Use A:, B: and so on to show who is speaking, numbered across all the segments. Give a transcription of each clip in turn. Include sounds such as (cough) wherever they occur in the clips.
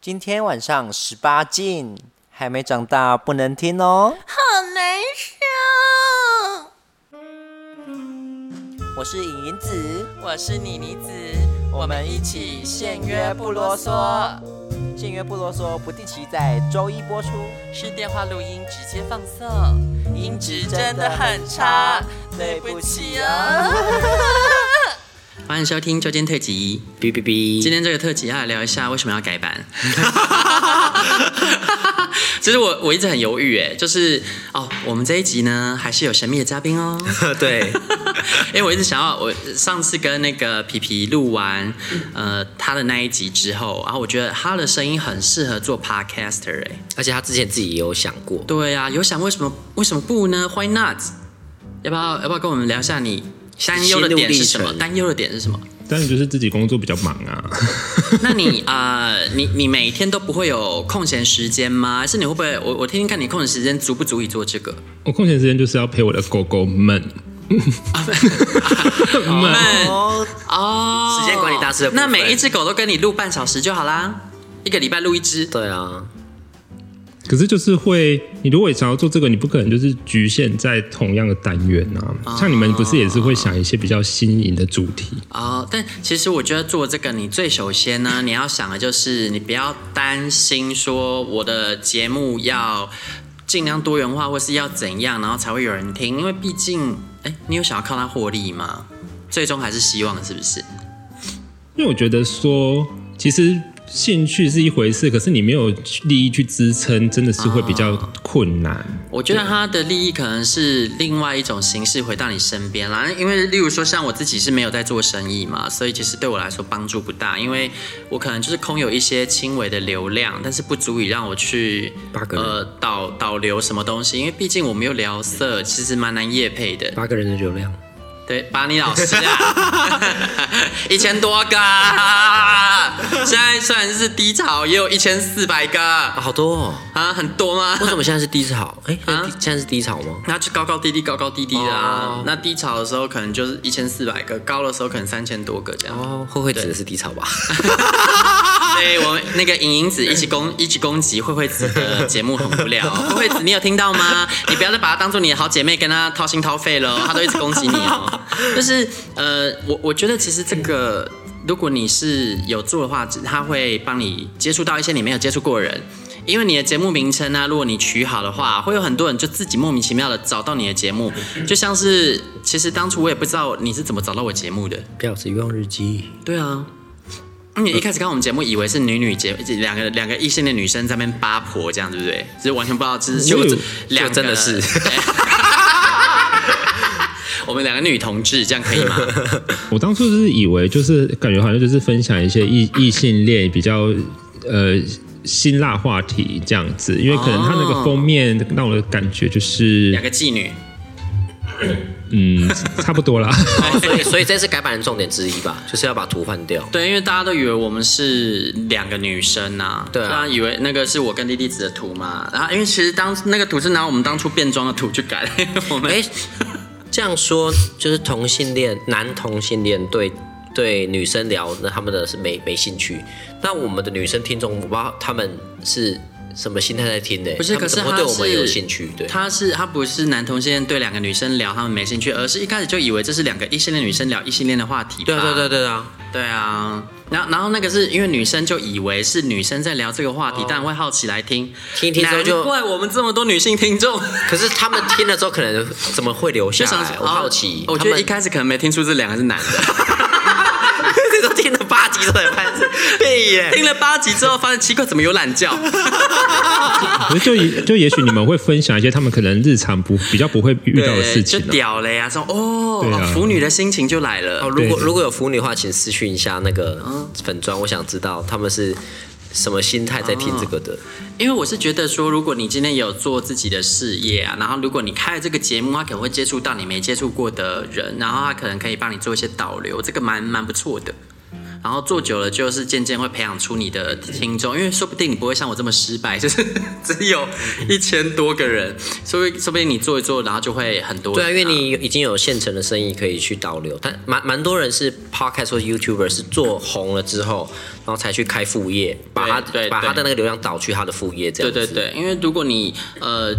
A: 今天晚上十八禁，还没长大不能听哦。
B: 好难受。
A: 我是尹银子，
C: 我是妮妮子，
A: 我们一起限约不啰嗦。限约不啰嗦，不定期在周一播出。
C: 是电话录音直接放送，音质真的很差，对不起啊。欢迎收听周间特辑，
A: 哔哔哔
C: 今天这个特辑要来聊一下为什么要改版。 (laughs) 其实我我一直很犹豫，哎，就是哦，我们这一集呢还是有神秘的嘉宾哦。
A: (laughs) 对，
C: (laughs) 因为我一直想要，我上次跟那个皮皮录完，呃，他的那一集之后，然后我觉得他的声音很适合做 podcaster 哎、
A: 而且他之前自己也有想过，
C: 对啊，有想为什么为什么不呢？Why not？要不要要不要跟我们聊一下你担忧的点是什
A: 心路
C: 么
A: 历？程
C: 担忧的点是什么？
D: 当然就是自己工作比较忙啊， (laughs)
C: (laughs) 那你啊、呃你你每天都不会有空闲时间吗？还是你会不会？我我听听看你空闲时间足不足以做这个？
D: 我空闲时间就是要陪我的狗狗们。们
C: 哦哦，
A: 时间管理大师的部分
C: 那每一只狗都跟你录半小时就好啦，一个礼拜录一只。
A: 对啊，
D: 可是就是会，你如果想要做这个，你不可能就是局限在同样的单元啊。像你们不是也是会想一些比较新颖的主题？
C: 哦，但其实我觉得做这个，你最首先呢， (laughs) 你要想的就是，你不要担心说我的节目要尽量多元化，或是要怎样，然后才会有人听，因为毕竟，哎，你有想要靠它获利吗？最终还是希望，是不是？
D: 因为我觉得说，其实兴趣是一回事，可是你没有利益去支撑，真的是会比较困难。
C: 我觉得它的利益可能是另外一种形式回到你身边啦，因为例如说像我自己是没有在做生意嘛，所以其实对我来说帮助不大，因为我可能就是空有一些轻微的流量，但是不足以让我去
A: 八个人
C: 呃导导流什么东西，因为毕竟我们又聊色，其实蛮难业配
A: (laughs)
C: 的。
A: 八个人的流量，
C: 对，巴尼老师
A: (laughs)
C: 啊，一千多个啊，现在虽然是低潮，也有一千四百个
A: 啊，
C: 啊，
A: 好多、哦。
C: 很多吗？
A: 为什么现在是低潮？哎、
C: 啊
A: 现在是低潮吗？
C: 那就高高低低，高高低低的啊。
A: 哦
C: 那低潮的时候可能就是一千四百个，高的时候可能三千多个这样。
A: 哦，会不会指的是低潮吧？
C: 对我们那个影影子一起攻一起攻击慧慧子的节目很无聊。慧慧子，你有听到吗？你不要再把她当做你的好姐妹，跟她掏心掏肺了哦，她都一直攻击你哦。就是呃，我我觉得其实这个，如果你是有做的话，他会帮你接触到一些你没有接触过的人。因为你的节目名称呢、啊如果你取好的话，会有很多人就自己莫名其妙的找到你的节目，就像是其实当初我也不知道你是怎么找到我节目的，
A: (laughs) 不要是欲望日记，
C: 对啊，你
A: 呃
C: 一开始看我们节目以为是女女节两个两个异性的女生在那边八婆这样，对不对？就是完全不知道，就是
D: 就
C: 就两个
A: 真的是。
C: 对 (laughs) 我们两个女同志，这样可以
A: (laughs)
C: 吗？
D: 我当初就是以为，就是感觉好像就是分享一些异异性恋比较呃辛辣话题这样子，因为可能它那个封面让我的感觉就是
C: 两个妓女，
D: 嗯差不多啦。
A: 哦所以所以这是改版的重点之一吧，就是要把图换掉。
C: 对，因为大家都以为我们是两个女生呐、
A: 对啊
C: 大家以为那个是我跟莉莉子的图嘛，然后因为其实当那个图是拿我们当初变装的图去改， (laughs) 我们
A: 哎、这样说就是同性恋，男同性恋对对女生聊，那他们的是没没兴趣。那我们的女生听众，我不知道他们是什么心态在听的、欸
C: 不是，
A: 他
C: 可
A: 们
C: 是
A: 怎么
C: 他
A: 会对我们
C: 是
A: 有兴趣？对，
C: 他是他不是男同性恋对两个女生聊他们没兴趣，而是一开始就以为这是两个异性恋女生聊异性恋的话题吧。
A: 对啊对啊对啊对啊，
C: 对啊，然后然后那个是因为女生就以为是女生在聊这个话题，但会好奇来听，
A: 哦听一听之后就
C: 难怪我们这么多女性听众，
A: 可是他们听了之后，可能怎么会留下
C: 就想
A: 来？我好奇，
C: 哦我觉得一开始可能没听出这两个是
A: (laughs)
C: 男的。
A: 始都听了八集都在拍是对耶，
C: 听了八集之后，发现奇怪，怎么有懒
D: (laughs)
C: 觉？
D: 可是就也就也许你们会分享一些他们可能日常不比较不会遇到的事
C: 对，就
D: 情、啊。
C: 屌了呀！说哦
D: 对，啊
C: 腐女的心情就来了。
A: (laughs) 哦，如果
D: 对
A: 如果有腐女的话，请私讯一下那个粉砖，我想知道他们是什么心态在听这个的。
C: 因为我是觉得说，如果你今天有做自己的事业啊，然后如果你开了这个节目，他可能会接触到你没接触过的人，然后他可能可以帮你做一些导流，这个蛮蛮不错的。然后做久了，就是渐渐会培养出你的听众，因为说不定你不会像我这么失败， (laughs) 就是只有一千多个人，说不定说不定你做一做，然后就会很多
A: 对
C: 人啊、
A: 啊，因为你已经有现成的生意可以去导流，但蛮蛮多人是 podcast 或 YouTuber 是做红了之后，然后才去开副业，把他
C: 对对
A: 把他的
C: 对
A: 那个流量导去他的副业这样
C: 对
A: 子。
C: 对对，因为如果你呃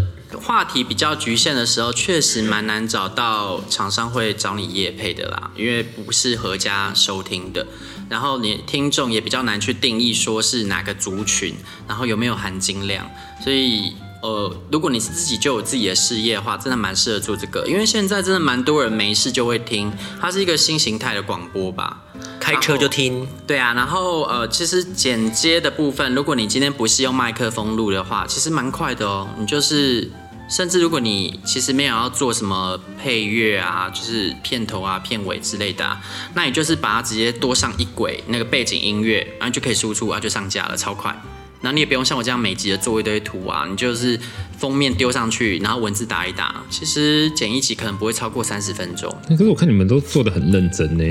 C: 话题比较局限的时候，确实蛮难找到厂商会找你业配的啦，因为不是合家收听的。然后你听众也比较难去定义说是哪个族群，然后有没有含金量，所以。呃，如果你是自己就有自己的事业的话，真的蛮适合做这个，因为现在真的蛮多人没事就会听，它是一个新形态的广播吧。
A: 开车就听，
C: 对啊，然后呃，其实剪接的部分，如果你今天不是用麦克风录的话，其实蛮快的哦。你就是，甚至如果你其实没有要做什么配乐啊，就是片头啊、片尾之类的、啊，那你就是把它直接多上一轨那个背景音乐，然后就可以输出啊，就上架了，超快。然后你也不用像我这样每集的做一堆图啊，你就是封面丢上去，然后文字打一打。其实剪一集可能不会超过三十分钟，
D: 可是我看你们都做的很认真呢，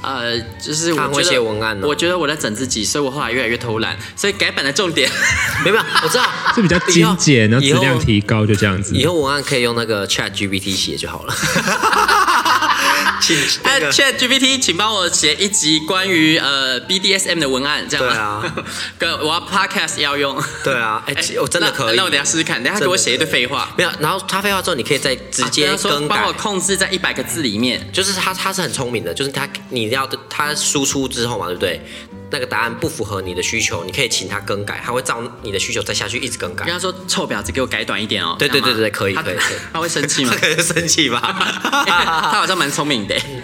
C: 呃，就是我
A: 他
C: 觉
A: 很
C: 得
A: 会写文案哦
C: 我觉得我在整自己，所以我后来越来越偷懒，所以改版的重点
A: 没有没有，我知道
D: (laughs) 这比较
A: 以后
D: 精简，然后质量
A: 以
D: 提高，就这样
C: 嗯
D: 子
A: 后。以后文案可以用那个 Chat GPT 写就
C: (laughs)
A: 好了。请 (laughs) 那
C: 哎 (laughs)
A: 个
C: ，Chat GPT，请帮我写一集关于呃 BDSM 的文案，这样
A: 对
C: 吗？
A: 啊，
C: (laughs) 跟我要 Podcast 要用。(laughs)
A: 对啊， (laughs) 哎，其我真的
C: 那
A: 可以
C: 那。我等一下试试看，等一下给我写一堆废话，
A: 没有，然后他废话之后，你可以再直接
C: 啊跟他说
A: 更
C: 帮
A: 改
C: 我。控制在一百个字里面。
A: 就是他他是很聪明的，就是他你要他输出之后嘛，对不对？那个答案不符合你的需求，你可以请他更改，他会照你的需求再下去一直更改
C: 跟。他说臭婊子给我改短一点哦。
A: 对
C: 这样吗
A: 对对对可以
C: 他
A: 可以可以
C: (laughs) 他会生气吗
A: 他？可能 (laughs) 生气
C: 欸 (laughs) 他
A: 吧。
C: 好像蛮聪明的 (laughs) 欸，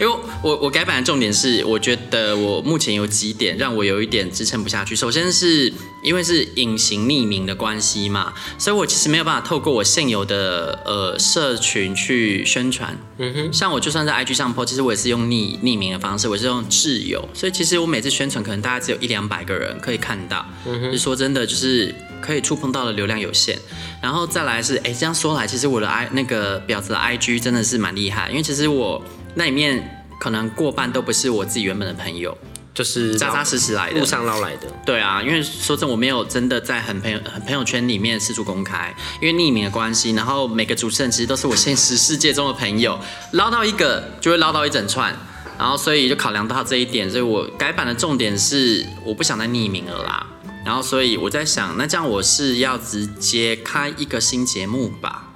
C: 因为我我改版的重点是，我觉得我目前有几点让我有一点支撑不下去。首先是因为是隐形匿名的关系嘛，所以我其实没有办法透过我现有的呃社群去宣传。嗯哼，像我就算在 IG 上 po，其实我也是用匿匿名的方式，我是用挚友，所以其实我每次宣传可能大概只有一两百个人可以看到。嗯哼，就说真的，就是可以触碰到的流量有限。然后再来是，哎，这样说来，其实我的 i 那个婊子的 IG 真的是蛮厉害，因为其实我那里面可能过半都不是我自己原本的朋友，
A: 就是
C: (laughs) 扎扎实实来的。
A: 路上捞来的，
C: 对啊，因为说真，我没有真的在很朋友很朋友圈里面四处公开，因为匿名的关系。然后每个主持人其实都是我现实世界中的朋友，捞到一个就会捞到一整串。然后所以就考量到这一点，所以我改版的重点是我不想再匿名了啦。然后所以我在想，那这样我是要直接开一个新节目吧？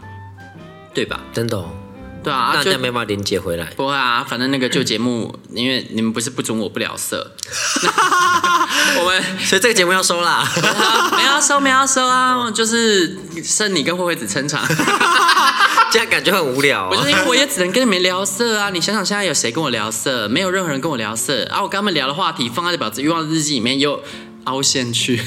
C: 对吧？
A: 真的、哦，
C: 对啊，
A: 那
C: 就
A: 这样没办法连接回来。
C: 不会啊，反正那个旧节目，因为你们不是不准我不了
A: (laughs)
C: 色， (laughs) 我们
A: 所以这个节目要收
C: (laughs)
A: 啦。
C: 没有要收，没有要收啊，就是剩你跟慧慧子撑
A: (laughs)
C: 场。
A: 这样感觉很无聊、
C: 我就是
A: 哦。
C: 因为我也只能跟你们聊色啊，你想想现在有谁跟我聊色？没有任何人跟我聊色啊。我跟他们聊的话题放在《婊子欲望的日记》里面又凹陷
A: (laughs)
C: 去，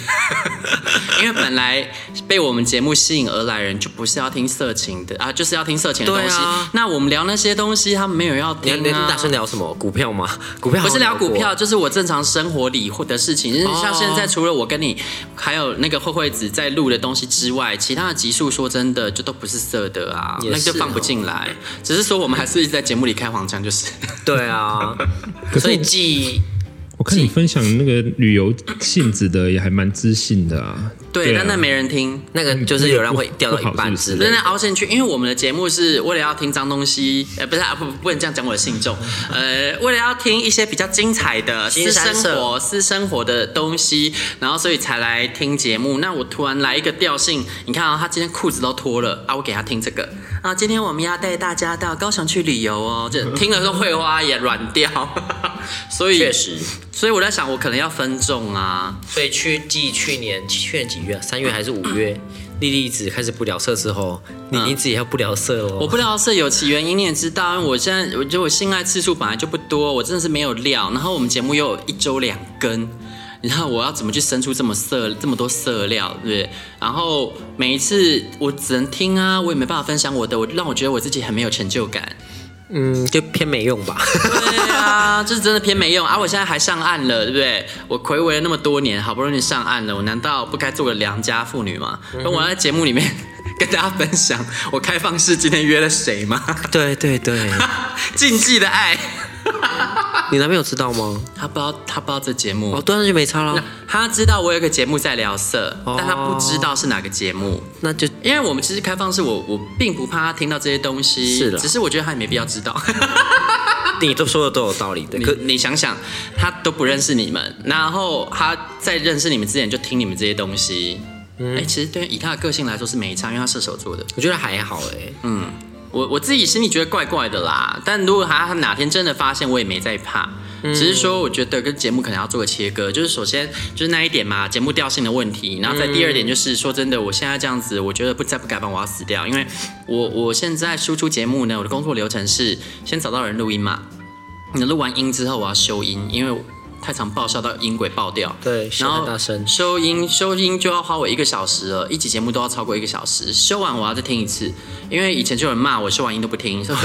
C: 因为本来被我们节目吸引而来的人就不是要听色情的啊，就是要听色情的东西。
A: 对啊
C: 那我们聊那些东西，他们没有要
A: 你
C: 听、啊。
A: 你你打算聊什么？股票吗？ (laughs) 股票好
C: 不是
A: 像
C: 聊股
A: 过哦
C: 票，，就是我正常生活里或的事情。就是像现在，除了我跟你，还有那个慧慧子在录的东西之外，其他的集数说真的就都不是色的啊，
A: 也
C: 那
A: 是哦
C: 就放不进来。只是说我们还是一直在节目里开黄腔，就是。
A: (laughs) 对 (laughs) 啊。
D: 可是
A: 所以
D: 我
A: 既
D: 我看你分享那个旅游性质的，也还蛮知性的啊。
C: 对，但那
D: 啊
C: 没人听。
A: 那个就是流量会掉到一半之类
C: 真的
A: 的。
C: 凹进去，因为我们的节目是为了要听脏东西，呃，不是、啊、不不能这样讲我的信众，呃，为了要听一些比较精彩的私
A: 新三
C: 生
A: 色
C: 活、私生活的东西，然后所以才来听节目。那我突然来一个调性，你看啊，他今天裤子都脱了啊，我给他听这个啊，今天我们要带大家到高雄去旅游哦，这听了都会花也软掉， (laughs) 所以
A: 确实，
C: 所以我在想，我可能要分众啊，
A: 所以去继去年去年几月啊？三月还是 (clears throat) 五月？莉莉子开始不聊色之后，你你自己要不聊色哦。
C: 我不知道是有其原因，你也知道，因为我现在我觉得我性爱次数本来就不多，我真的是没有料。然后我们节目又有一周两更，你看我要怎么去生出这么色这么多色料，对不对？然后每一次我只能听啊，我也没办法分享我的，我让我觉得我自己很没有成就感。
A: 嗯，就偏没用吧。
C: 对啊，这是真的偏没用啊！我现在还上岸了，对不对？我暌违了那么多年，好不容易上岸了，我难道不该做个良家妇女吗？跟我在节目里面 (laughs) 跟大家分享，我开放式今天约了谁吗？
A: (laughs) 对对 (laughs) 对，
C: 禁忌的爱，
A: 你男朋友知道吗？
C: 他不知道，他不知道这节目。
A: 哦，对，那就没差
C: 那
A: 了。
C: 他知道我有个节目在聊色，
A: 哦
C: 但他不知道是哪个节目。
A: 那就
C: 因为我们其实开放式我，我并不怕他听到这些东西，
A: 是啦
C: 只是我觉得他也没必要知道。
A: 你都说的都有道理的，
C: (laughs) 你
A: 可
C: 你想想，他都不认识你们，然后他在认识你们之前就听你们这些东西。哎、其实对于以他的个性来说是没差，因为他射手座的。
A: 我觉得还好哎。
C: 嗯，我我自己心里觉得怪怪的啦，但如果他哪天真的发现，我也没在怕。只是说，我觉得跟节目可能要做个切割，就是首先就是那一点嘛，节目调性的问题，然后再第二点就是、说真的，我现在这样子，我觉得不再不改版我要死掉，因为我我现在输出节目呢，我的工作流程是先找到人录音嘛，你嗯录完音之后我要修音，因为太常爆笑到音轨爆掉，
A: 对
C: 然
A: 修
C: 后
A: 很大声
C: 收音收音就要花我一个小时了，一集节目都要超过一个小时。修完我要再听一次，因为以前就有人骂我修完音都不听，
A: (laughs)
C: 所以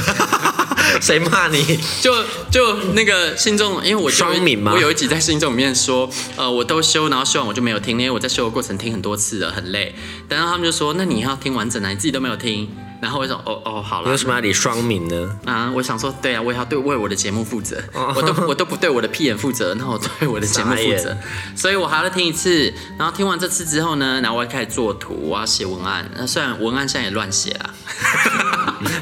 A: (laughs) 谁骂 (laughs) 你？
C: 就就那个信众，因为我就
A: 双敏吗
C: 我有一集在信众里面说，呃，我都修，然后修完我就没有听，因为我在修的过程听很多次了，很累。然后他们就说，那你要听完整的，你自己都没有听。然后我就说，哦哦，好
A: 你
C: 了
A: 为。什么要理双敏呢？
C: 啊，我想说，对啊，我也要对为我的节目负责，
A: 哦
C: (laughs) 我都我都不对我的屁眼负责，那我对我的节目负
A: 傻
C: 责，
A: (laughs)
C: 所以我还要再听一次，然后听完这次之后呢，然后我要开始做图，我要写文案，那虽然文案现在也乱写啊啦，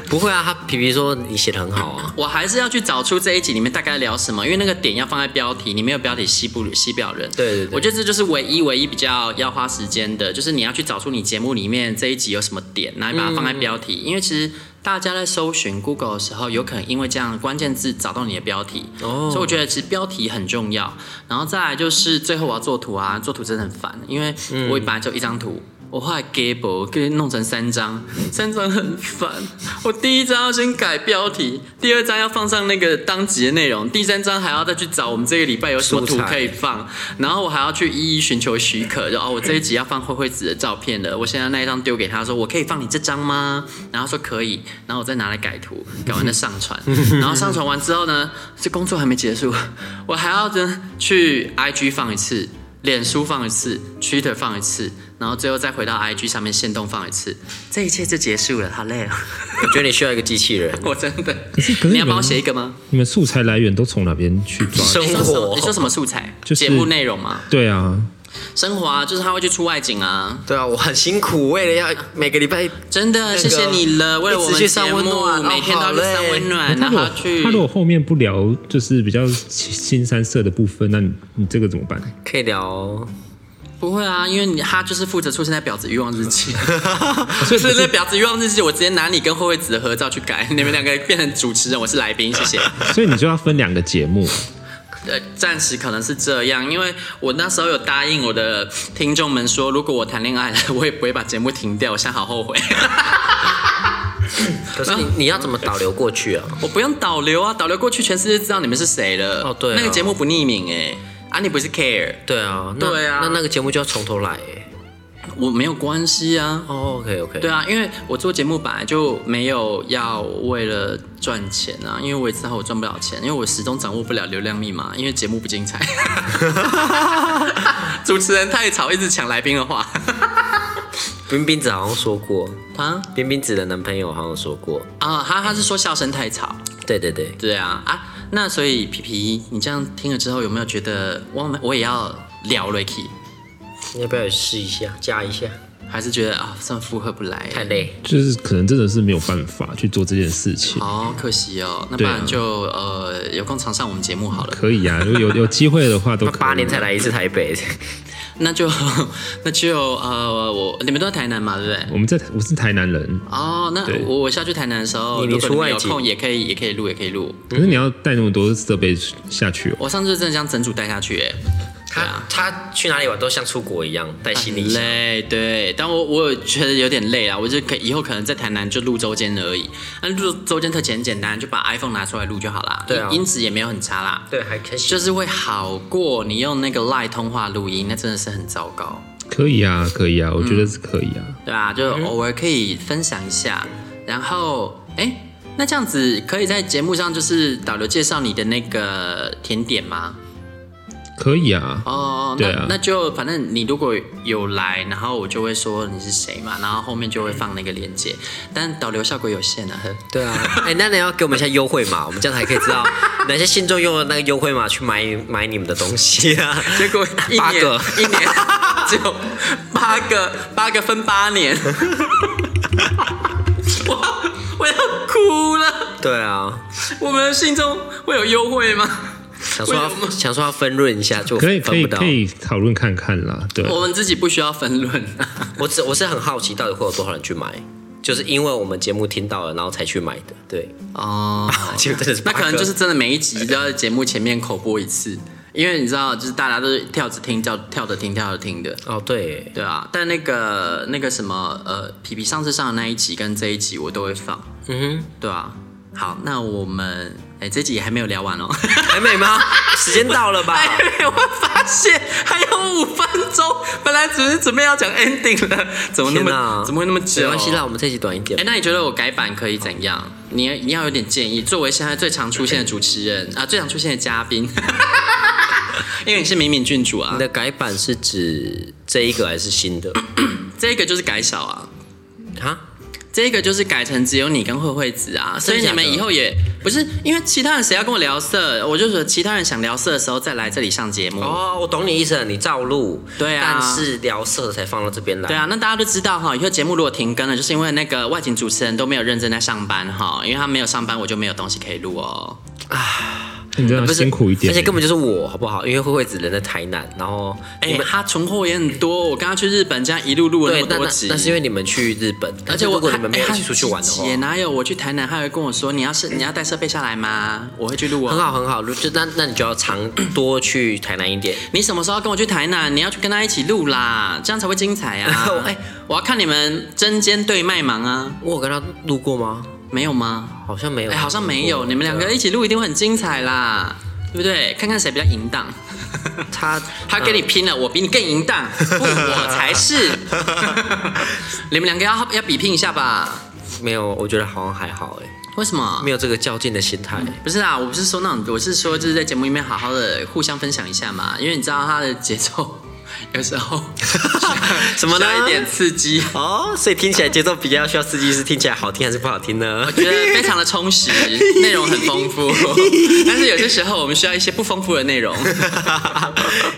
A: 不会啊，他皮皮说你写的很好啊。
C: 我还是要去找出这一集里面大概聊什么，因为那个点要放在标题，你没有标题吸不吸不了人。
A: 对对对
C: 我觉得这就是唯一唯一比较要花时间的，就是你要去找出你节目里面这一集有什么点，然后你把它放在标题，因为其实。大家在搜寻 Google 的时候，有可能因为这样的关键字找到你的标题，
A: 哦
C: 所以我觉得其实标题很重要。然后再来就是最后我要做图啊，做图真的很烦，因为我本来就一张图，我后来 Gable 给弄成三张，三张很烦。我第一张要先改标题，第二张要放上那个当集的内容，第三张还要再去找我们这个礼拜有什么图
A: 素材
C: 可以放，然后我还要去一一寻求许可，就哦，我这一集要放慧慧子的照片了，我现在那一张丢给他说，我可以放你这张吗？然后他说可以，然后我再拿来改图，改完再上
D: (laughs)
C: 传，然后上传完之后呢，这工作还没结束，我还要呢去 IG 放一次，脸书放一次，Twitter 放一次。然后最后再回到 IG 上面限动放一次，这一切就结束了，好累哦，
A: 我觉得你需要一个机器人。
C: 我真的。
D: 是可是
C: 你要
D: 你们
C: 帮我写一个吗？
D: 你们素材来源都从哪边去抓？
A: 生
C: 你说什么
A: 活
C: 你说什么素材？
D: 就是
C: 节目内容吗？
D: 对啊，
C: 生活啊，就是他会去出外景啊，
A: 对啊，我很辛苦，为了
C: (laughs)
A: 要每个礼拜
C: 真的，
A: 个
C: 谢谢你了，为了我
A: 一
C: 们
A: 直
C: 节
A: 去上
C: 目，
A: 温暖哦
C: 每天都要去
A: 好
C: 上
A: 嘞
C: 温暖，然
D: 如
C: 后
D: 果
C: 还要去
D: 他如果后面不聊，就是比较新三色的部分，那你你这个怎么办？
A: 可以聊。
C: 不会啊，因为你他就是负责出现在《婊子欲望日 (laughs) 记》，所以那《婊子欲望日记》，我直接拿你跟慧慧子的合照去改，你们两个变成主持人，我是来宾，谢 (laughs) 谢。
D: 所以你就要分两个节目，
C: 呃，暂时可能是这样，因为我那时候有答应我的听众们说，如果我谈恋爱了，我也不会把节目停掉，我现在好后悔。 (laughs)
A: 可是
C: 啊
A: 你你要怎么导流过去啊？
C: 我不用导流啊，导流过去全世界知道你们是谁了。
A: 哦对啊
C: 那个节目不匿名哎、啊，你不是 care，
A: 对啊，那
C: 对啊
A: 那那个节目就要从头来欸。
C: 我没有关系啊。
A: 哦，OK OK，
C: 对，啊，因为我做节目本来就没有要为了赚钱啊，因为我也知道我赚不了钱，因为我始终掌握不了流量密码，因为节目不精彩， (laughs) 主持人太吵，一直抢来宾的话
A: 冰冰子好像说过，
C: 啊
A: 冰冰子的男朋友好像说过，
C: 啊，他他是说笑声太吵，
A: 对对对，
C: 对啊啊，那所以皮皮，你这样听了之后有没有觉得我们我也要聊 Ricky，
A: 你要不要也试一下，加一下？
C: 还是觉得啊，算负荷不来，
A: 太累，
D: 就是可能真的是没有办法去做这件事情。
C: 好可惜哦，那不
D: 对啊
C: 然就、呃有空常上我们节目好了。
D: 可以啊，如果有有机会的话都
A: 他
D: 可以啊
A: 八年才来一次台北，
C: 那就 (laughs) 那就呃，我你们都在台南嘛，对不对？
D: 我们在我是台南
A: 嗯
D: 人，
C: 哦，那
D: 对
C: 我我下去台南的时候，
A: 你
C: 如
A: 你
C: 果
A: 出
C: 你们
A: 外
C: 有
A: 景
C: 空也可以，也可以录，也可以录。
D: 可是你要带那么多设备下去哦。
C: 我上次真的将整组带下去、欸，
A: 他啊他去哪里玩都像出国一样，带
C: 哎，
A: 行
C: 很
A: 李箱。
C: 累，对。但我我有觉得有点累啊，我就可以后可能在台南就录周间而已。那录周间特简简单，就把 iPhone 拿出来录就好啦。
A: 对啊
C: 音音质也没有很差啦。
A: 对，还可以。
C: 就是会好过你用那个 Line 通话录音，那真的是很糟糕。
D: 可以啊，可以啊，
A: 嗯
D: 我觉得是可以啊。
C: 对啊，就偶尔可以分享一下。然后，哎，那这样子可以在节目上就是导流介绍你的那个甜点吗？
D: 可以啊，
C: 哦，那
D: 对啊
C: 那就反正你如果有来，然后我就会说你是谁嘛，然后后面就会放那个链接，但导流效果有限啊。呵 (laughs)
A: 对啊，哎、那你要给我们一下优惠码，我们这样才可以知道哪些信众用了那个优惠码去买买你们的东西啊。
C: 结果一
A: 八
C: 年
A: 个
C: 一年只有八个，八个分八年，我我要哭了。
A: 对啊，
C: 我们的信中会有优惠吗？
A: 想说
C: 为什
A: 要
C: 么
A: 想说要分润一下，就
D: 可以
A: 分
D: 可以
A: 不到
D: 可。以讨论看看啦，
A: (laughs)
D: 对，
C: 我们自己不需要分论。
A: 我只我是很好奇，到底会有多少人去买，就是因为我们节目听到了，然后才去买的。对， (laughs)
C: 哦，
A: 结啊果真的是
C: (laughs) 那
A: 八个
C: 可能就是真的每一集都要在节目前面口播一次，因为你知道，就是大家都是跳着听，跳跳着听，跳着听的。
A: 哦，对耶，
C: 对啊，但那个那个什么呃，皮皮上次上的那一集跟这一集我都会放，
A: 嗯
C: 对啊。好，那我们哎这集还没有聊完哦， (laughs)
A: 哼，还美吗？时间到了 (laughs) 吧？
C: 我发现还有五分钟，本来只是准备要讲 ending 了，怎么那
A: 天哪
C: 么怎么会那么久？
A: 没关系啦，我们这集短一点
C: 哎、。那你觉得我改版可以怎样？你你要有点建议。作为现在最常出现的主持人啊，最常出现的嘉宾， (laughs) 因为你是敏敏郡主啊
A: 你，的改版是指这一个还是新 (coughs) 的？
C: 这个就是改少啊，
A: 啊？
C: 这个就是改成只有你跟慧慧子啊，所
A: 真的
C: 以你
A: 假的
C: 们以后也不是因为其他人谁要跟我聊色，我就说其他人想聊色的时候再来这里上节目。
A: 哦，我懂你意思了，你照录，
C: 对啊
A: 但是聊色才放到这边来，
C: 对，啊，那大家都知道哈，以后节目如果停更了，就是因为那个外景主持人都没有认真在上班哈，因为他没有上班，我就没有东西可以录哦。
D: 你这样
A: 不是
D: 辛苦一点，
A: 而且根本就是我，好不好？因为慧慧子人在台南，然后
C: 哎、
A: 你们、
C: 他存货也很多，我刚刚去日本，这样一路录了
A: 对
C: 那，么
A: 那
C: 多
A: 那
C: 集。
A: 那是因为你们去日本，
C: 而且我
A: 如果你们没有
C: 哎
A: 一起出去玩的话
C: 他。很积极哪有我去台南，他会跟我说你要是你要带设备下来吗？我会去录
A: 很 (laughs)
C: 哦。
A: 好很好，就那那你就要常多去台南一点。
C: 你什么时候要跟我去台南？你要去跟他一起录啦，这样才会精彩啊
A: (laughs) 我！
C: 哎、我要看你们针尖对麦芒啊，
A: (clears throat) 我有跟他录过吗？
C: 没有吗？
A: 好像没有，
C: 哎、好像没有，
A: 对啊
C: 你们两个一起录一定会很精彩啦，对不对？看看谁比较淫
A: (laughs)
C: 荡，
A: 他啊
C: 他跟你拼了，我比你更淫
A: (laughs)
C: 荡，不我才是。你们两个要要比拼一下吧？
A: 没有，我觉得好像还好哎、
C: 为什么？
A: 没有这个较劲的心态。
C: 不是啊啦，我不是说那种，我是说就是在节目里面好好的互相分享一下嘛，因为你知道他的节奏有时候
A: (laughs) 什么呢
C: (laughs) 需要一点刺激，
A: 哦，所以听起来节奏比较需要刺激，是听起来好听还是不好听 (laughs) 呢？
C: 觉得非常的充实，内容很丰
A: (laughs)
C: 富，但是有些时候我们需要一些不丰富的内容。 (laughs)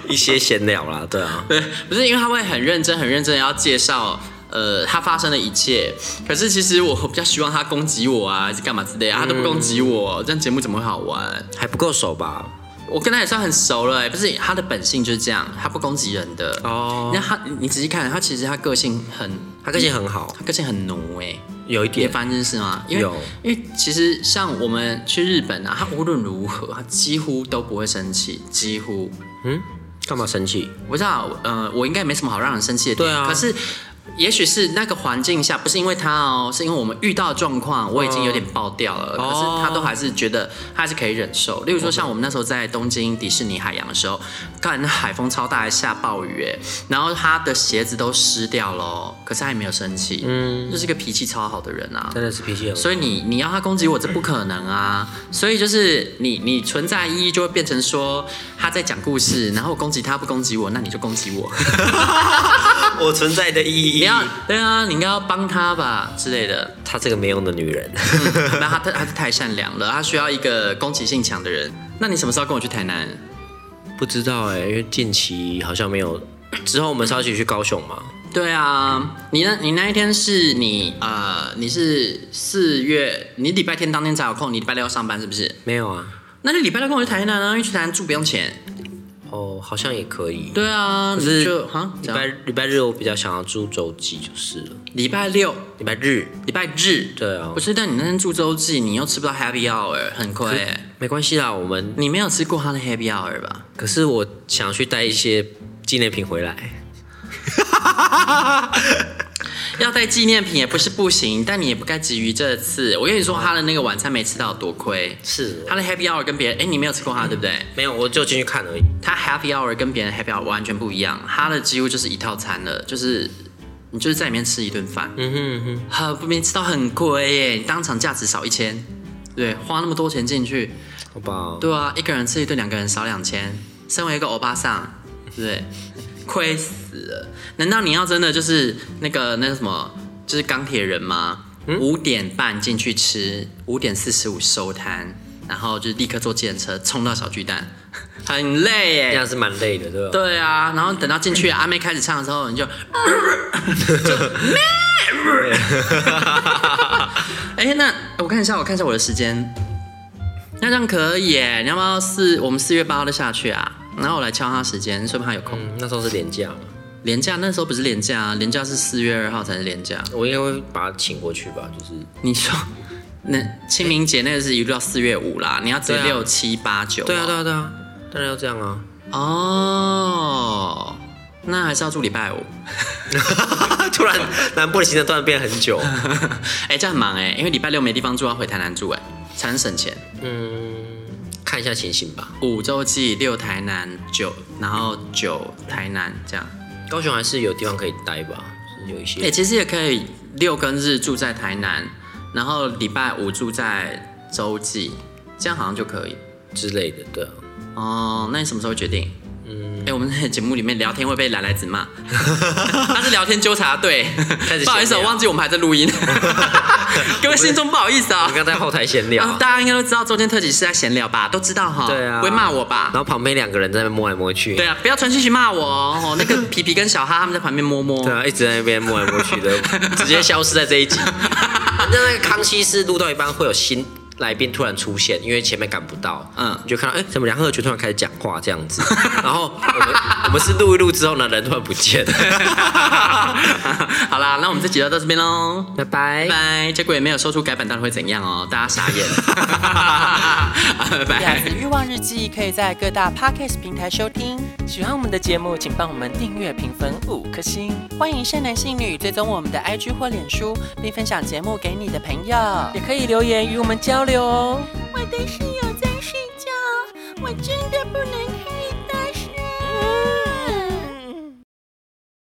A: 一些闲聊啦，对啊，
C: 对，不是因为他会很认真、很认真地要介绍。呃，他发生的一切，可是其实我比较希望他攻击我啊，还是干嘛之类啊，他都不攻击我，这样节目怎么会好玩？
A: 还不够熟吧？
C: 我跟他也算很熟了、欸，不是他的本性就是这样，他不攻击人的。
A: 哦
C: 那他你仔细看，他其实他个性很，
A: 他个性很好
C: 他，个性很奴哎、欸。
A: 有一
C: 你有
A: 点
C: 发现这件事吗？因为
A: 有
C: 因为其实像我们去日本啊，他无论如何，他几乎都不会生气，几乎
A: 嗯，干嘛生气？
C: 我不知道，呃，我应该没什么好让人生气的点。
A: 对啊
C: 可是也许是那个环境下，不是因为他哦，是因为我们遇到的状况，我已经有点爆掉了，
A: 哦
C: 可是他都还是觉得他还是可以忍受。例如说，像我们那时候在东京迪士尼海洋的时候，看那海风超大，还下暴雨哎，然后他的鞋子都湿掉了哦，可是他也没有生气，嗯，就是一个脾气超好的人啊，
A: 真的是脾气很好。
C: 所以你你要他攻击我，这不可能啊！所以就是你你存在意义就会变成说他在讲故事，然后攻击他不攻击我，那你就攻击
A: (laughs)
C: 我。
A: 我存在的意
C: 你
A: 义
C: 要对啊，你应该要帮他吧之类
A: (laughs)
C: 的。嗯
A: 她这个没用的女人，
C: 那他他他太善良了，他需要一个攻击性强的人。那你什么时候跟我去台南？
A: 不知道哎、因为近期好像没有。之后我们是要一起去高雄嘛？
C: 对啊，你那你那一天是你呃你是四月，你礼拜天当天才有空，你礼拜六要上班是不是？
A: 没有啊。
C: 那你礼拜六跟我去台南啊，因为去台南住不用钱。
A: 哦，好像也可以。，
C: 对啊，
A: 可是
C: 你就哈
A: 礼
C: 怎样
A: 拜礼拜日我比较想要住洲际就是了。
C: 礼拜六
A: 礼拜日，
C: 礼拜日，
A: 对啊
C: 不是，但你那天住洲际，你又吃不到 Happy Hour，很亏欸。
A: 哎没关系啦，我们。
C: 你没有吃过他的 Happy Hour 吧？
A: 可是我想去带一些纪念品回来。
C: 要带纪念品也不是不行，但你也不该急于这次。我跟你说，他的那个晚餐没吃到多亏。
A: 是
C: 他的 Happy Hour 跟别人，哎，你没有吃过他，对不对？
A: 啊没有，我就进去看而已。
C: 他 Happy Hour 跟别人 Happy Hour 完全不一样，他的几乎就是一套餐了，就是你就是在里面吃一顿饭，
A: 嗯哼嗯
C: 很不没吃到很贵耶，你当场价值少一千，对，花那么多钱进去，
A: 哼，好吧，
C: 对啊，一个人吃一顿，两个人少两千，身为一个欧巴桑，对不对？ (laughs) 亏死了！难道你要真的就是那个那个什么，就是钢铁人吗？五、点半进去吃，五点四十五收摊，然后就立刻坐计程车冲到小巨蛋， (laughs) 很累
A: 这
C: 耶
A: 样。是蛮累的，对吧？
C: 对啊，然后等到进去
A: 嗯
C: 阿妹开始唱的时候，你就就 (laughs) 哎、那我看一下，我看一下我的时间，那这样可以耶？你要不要四？我们四月八号就下去啊？然后我来敲他时间，说不定他有空。
A: 嗯，那时候是廉价嘛，
C: 廉价那时候不是廉价啊，廉价是四月二号才是廉价。
A: 我应该会把他请过去吧，就是
C: 你说，那清明节那个是一路到四月五啦，你要直接
A: 对啊
C: 六七八九。
A: 对啊对啊对啊，当然要这样啊，
C: 哦，那还是要住礼拜五。
A: 突然南部的行程突然变很久，
C: (laughs) 哎、这样很忙哎、因为礼拜六没地方住，要回台南住哎、才能省钱。
A: 嗯，看一下情形吧。
C: 五洲际，六台南，九然后九台南这样。
A: 高雄还是有地方可以待吧，就是有一些
C: 哎、其实也可以六跟日住在台南，然后礼拜五住在洲际，这样好像就可以。
A: 之类的，对啊，
C: 哦，那你什么时候决定？嗯，哎、我们在节目里面聊天会被懒来子骂，他是聊天纠察队
A: 开始闲聊，
C: 不好意思，我忘记我们还在录
A: (laughs)
C: 音，各位信众不好意思
A: 我
C: 啊
A: 们。刚在后台闲聊
C: 啊，
A: 啊，
C: 大家应该都知道中间特辑是在闲聊吧？都知道哈，
A: 对啊
C: 不会骂我吧
A: 然？后旁边两个人在那边摸来摸去，
C: 对啊，不要传讯息骂我哦。哦那个皮皮跟小哈他们在旁边摸摸。
A: 对啊，一直在那边摸来摸
C: (laughs)
A: 去的，直接消失在这一集。反正那个康熙是录到一半会有新来宾突然出现，因为前面赶不到，
C: 嗯
A: 嗯，你就看到哎、怎么梁鹤群突然开始讲话这样子，然后我们 (laughs) 我们是录一录之后呢，人突然不见了，
C: (laughs) 好啦，那我们这集就到这边喽，
A: 啊拜拜
C: 拜。拜。结果也没有说出改版到底会怎样哦，大家傻
A: (laughs)
C: 眼。拜
E: 《雅
C: 拜
E: 子。欲望日记》可以在各大 podcast 平台收听。喜欢我们的节目，请帮我们订阅、评分五颗星。欢迎善男信女追踪我们的 IG 或脸书，并分享节目给你的朋友，也可以留言与我们交流哦。
B: 我的室友在睡觉，我真的不能